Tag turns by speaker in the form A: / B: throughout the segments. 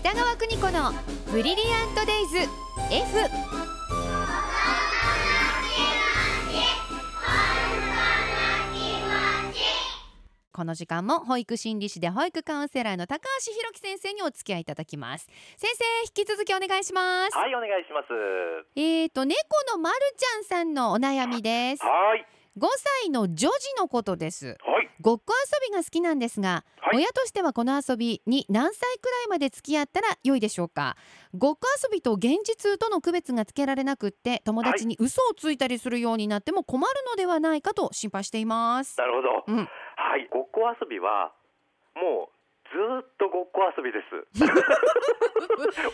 A: 北川邦子のブリリアントデイズ F この時間も保育心理士で保育カウンセラーの高橋弘樹先生にお付き合いいただきます先生引き続きお願いします、
B: はい、お願いします。
A: えーと猫のまるちゃんさんのお悩みです
B: はい、
A: 5歳の女児のことです
B: はい、
A: ごっこ遊びが好きなんですが、
B: はい
A: 親としてはこの遊びに何歳くらいまで付き合ったら良いでしょうかごっこ遊びと現実との区別がつけられなくって友達に嘘をついたりするようになっても困るのではないかと心配しています、
B: なるほど。
A: うん
B: はい、ごっこ遊びはもうずっとごっこ遊びです。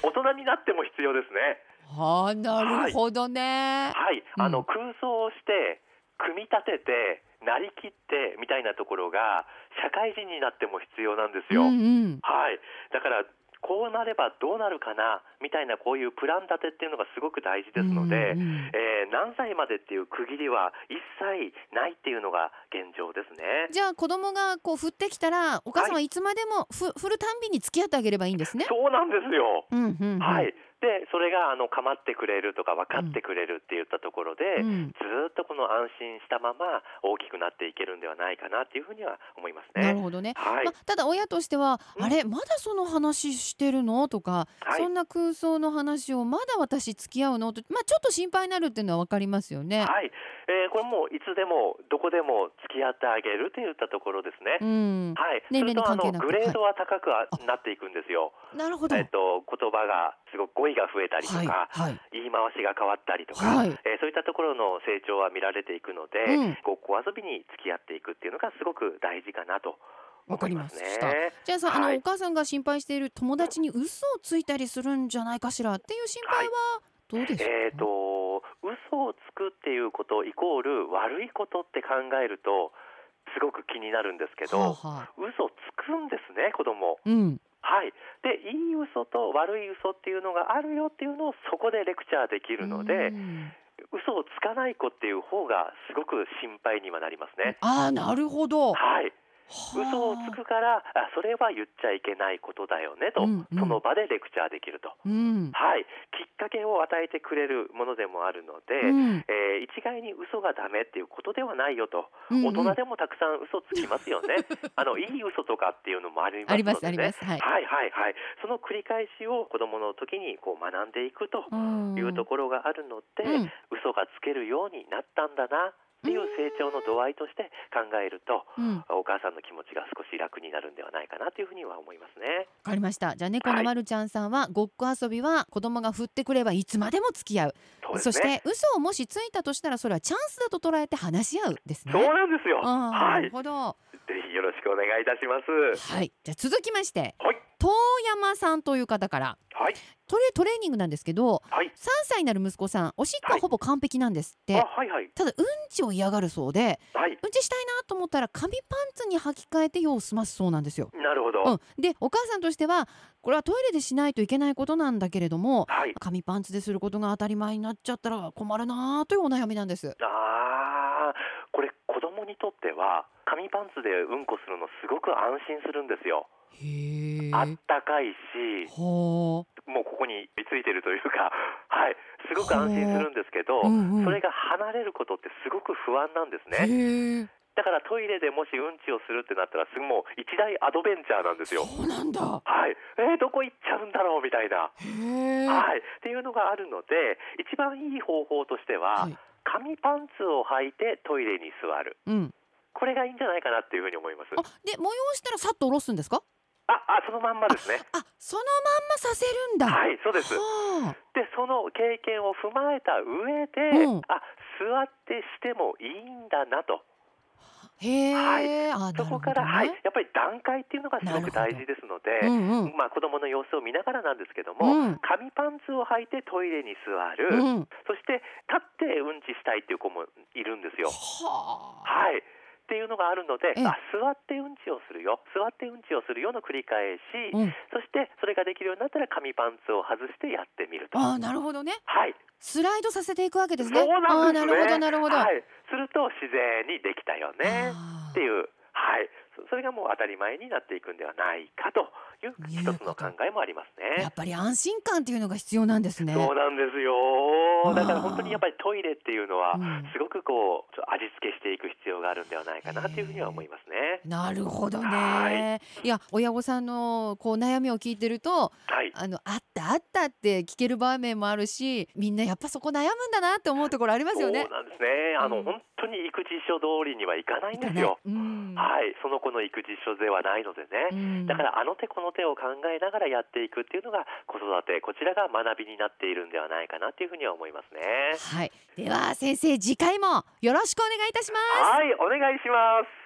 B: 大人になっても必要ですね。
A: はあなるほどね、
B: はい、
A: うん
B: あの空想をして組み立ててなりきってみたいなところが社会人になっても必要なんです
A: う
B: よ。
A: んうん
B: はい、だから。こうなればどうなるかなみたいなこういうプラン立てっていうのがすごく大事ですので、
A: うんうん
B: えー何歳までっていう区切りは一切ないっていうのが現状ですね。
A: じゃあ子供がこう振ってきたらお母さんはいつまでもふ、振るたんびに付き合ってあげればいいんですね。
B: そうなんですよ。
A: うんうんうん
B: はい。で、それがあの構ってくれるとか分かってくれるって言ったところで、
A: うん
B: ずーっとこの安心したまま大きくなっていけるんではないかなっていうふうには思います
A: なる
B: ね。
A: ほどね。
B: はい
A: まあ、、ただ親としては、
B: うん
A: あれまだその話してるのとか、
B: はい
A: そ、んな空想の話をまだ私付き合うのと、まあ、ちょっと心配になるっていうのはわかりますよね。
B: はい、えーこれもういつでもどこでも付き合ってあげると言ったところですね。
A: うん、
B: はい、
A: 年齢に
B: それとあ
A: 関係
B: の
A: なく
B: グレードは高くはなっていくんですよ。
A: なるほど。
B: えっと言葉がすごく語彙が増えたりと
A: はい
B: か、
A: はい。
B: 言い回しが変わったりとか、
A: はい
B: えーそういったところの成長は見られていくので、
A: うん
B: ごっこ遊びに付き合っていくっていうのがすごく大事かなと
A: わ
B: 思
A: かり
B: い
A: ま
B: ま
A: し
B: す
A: た
B: ね。
A: じゃあさ、あ
B: は
A: の
B: い
A: お母さんが心配している友達に嘘をついたりするんじゃないかしらっていう心配はどうですか。
B: えー、と嘘をつくっていうことイコール悪いことって考えるとすごく気になるんですけ
A: は
B: ど、
A: あはあ
B: 嘘つくんですね子供
A: うん。
B: はいでいい嘘と悪い嘘っていうのがあるよっていうのをそこでレクチャーできるので、
A: うん
B: 嘘をつかない子っていう方がすごく心配にはなりますね、
A: ああなるほど。
B: はい嘘
A: は
B: を
A: あ
B: つくからあそれは言っちゃいけないことだよねと、
A: うんうん
B: その場でレクチャーできると、
A: うん。
B: はい、きっかけを与えてくれるものでもある
A: う
B: ので、
A: ん
B: えー一概に嘘がダメっていうことではないよと、
A: うん
B: 大人でもたくさん嘘つきますよ ねあのいい嘘とかっていうのもあります
A: ありま
B: の
A: すあ
B: で
A: りま
B: ね
A: すはい。
B: はいはいはいその繰り返しを子どもの時にこう学んでいくと
A: うん
B: いうところがあるので、
A: うん
B: 嘘がつけるようになったんだなっていう成長の度合いとして考えると、
A: うん、わ
B: お母さんの気持ちが少し楽になるんではないかなというふうには思いますね。
A: かりました。じゃあ猫のまるちゃんさんはごっこ遊びは子供が振ってくればいつまでも付き合う。
B: そうで
A: そ
B: す
A: し
B: ね。
A: て嘘をもしついたとしたらそれはチャンスだと捉えて話し合うですね。
B: そうなんですよ。
A: ああ、
B: は
A: ないる。ほど。
B: ぜひよろしくお願いいたします。
A: はい。じゃあ続きまして、
B: はい。
A: 遠山さんという方から
B: はい。
A: トレトレーニングなんですけど、
B: はい。
A: 3歳になる息子さんおしっこ
B: は
A: はいほぼ完璧なんですって。
B: あ、はいはい。
A: ただうんちを嫌がるそうで
B: はい。
A: うんちしたいなと思ったら紙パンツに履き替えて用を済ますそうなんですよ。
B: なるほど。
A: うん、でお母さんとしてはこれはトイレでしないといけないことなんだけれども
B: はい。
A: 紙パンツですることが当たり前になっちゃったら困るなあというお悩みなんです。
B: ああ、これ子供にとっては紙パンツでうんこするのすごく安心するんですよ。
A: へえ。
B: あったかいし、
A: ほ
B: もうここについてるというか、はい、すごく安心するんですけど
A: う。んうん
B: それが離れることってすごく不安なんです
A: へ
B: ね。
A: え。
B: だからトイレでもしうんちをするってなったらすぐもう一大アドベンチャーなんですよ。
A: そうなんだ。
B: はい、えーどこ行っちゃうんだろうみたいな、
A: へえ。
B: はい、っていうのがあるので一番いい方法として
A: は
B: は、
A: い
B: 紙パンツを履いてトイレに座る
A: うん。
B: これがいいんじゃないかなっていうふうに思います
A: あで模様したらさっと下ろすんですか？
B: ああそのまんまですね
A: あそのまんまさせるんだ。。
B: はいいそうです
A: はあ。
B: でその経験を踏まえた上で、
A: うん
B: あ座ってしてもいいんだなと
A: へえ。
B: はい
A: あ
B: そこから、
A: な
B: はい
A: る
B: やっぱり段階っていうのがすごく大事です
A: ほ
B: の
A: どね。う
B: で、
A: んうん。
B: まあ、子供の様子を見ながらなんですけども、
A: うん
B: 紙パンツを履いてトイレに座る、
A: うん。
B: そして立ってうんちしたいっていう子もいるんですよ。
A: はあ。
B: はいっていうのがあるので、
A: ええ
B: あ座ってうんちをするよ座ってうんちをするよの繰り返し、
A: うん。
B: そしてそれができるようになったら紙パンツを外してやってみると。
A: あ
B: は
A: あなるほどね。
B: い、
A: スライドさせていくわけですね。
B: そう
A: ああ
B: な
A: ー
B: んです
A: な
B: ね
A: るほどなるほど。
B: はい、すると自然にできたよね
A: あー
B: っていう、はい、そそれがもう当たり前になっていくんではないかという一つの考えもあります
A: や
B: ね
A: っ。ぱり安心感っていうのが必要なんですね。
B: そうなんですよ
A: あー
B: だから本当にやっぱりトイレっていうのは
A: うん
B: すごくこうちょっと味付けしていく必要があるんではないかなというふうには思いますね。
A: なるほど
B: は
A: ね。いや親御さんのこう悩みを聞いてると
B: はい、
A: あのあったあったって聞ける場面もあるしみんなやっぱそこ悩むんだなって思うところありますよね
B: そう。なんですね。あの、
A: うん
B: 本当に育児書通りにはいかな
A: い
B: いん
A: か
B: です
A: ない
B: よ。
A: うん
B: はい、その子の育児書ではないのでね。
A: うん
B: だからあの手この手を考えながらやっていくっていうのが子育てこちらが学びになっているんではないかなっていうふうには思いますね
A: はい、では先生次回もよろしくお願いいたします。
B: はいお願いします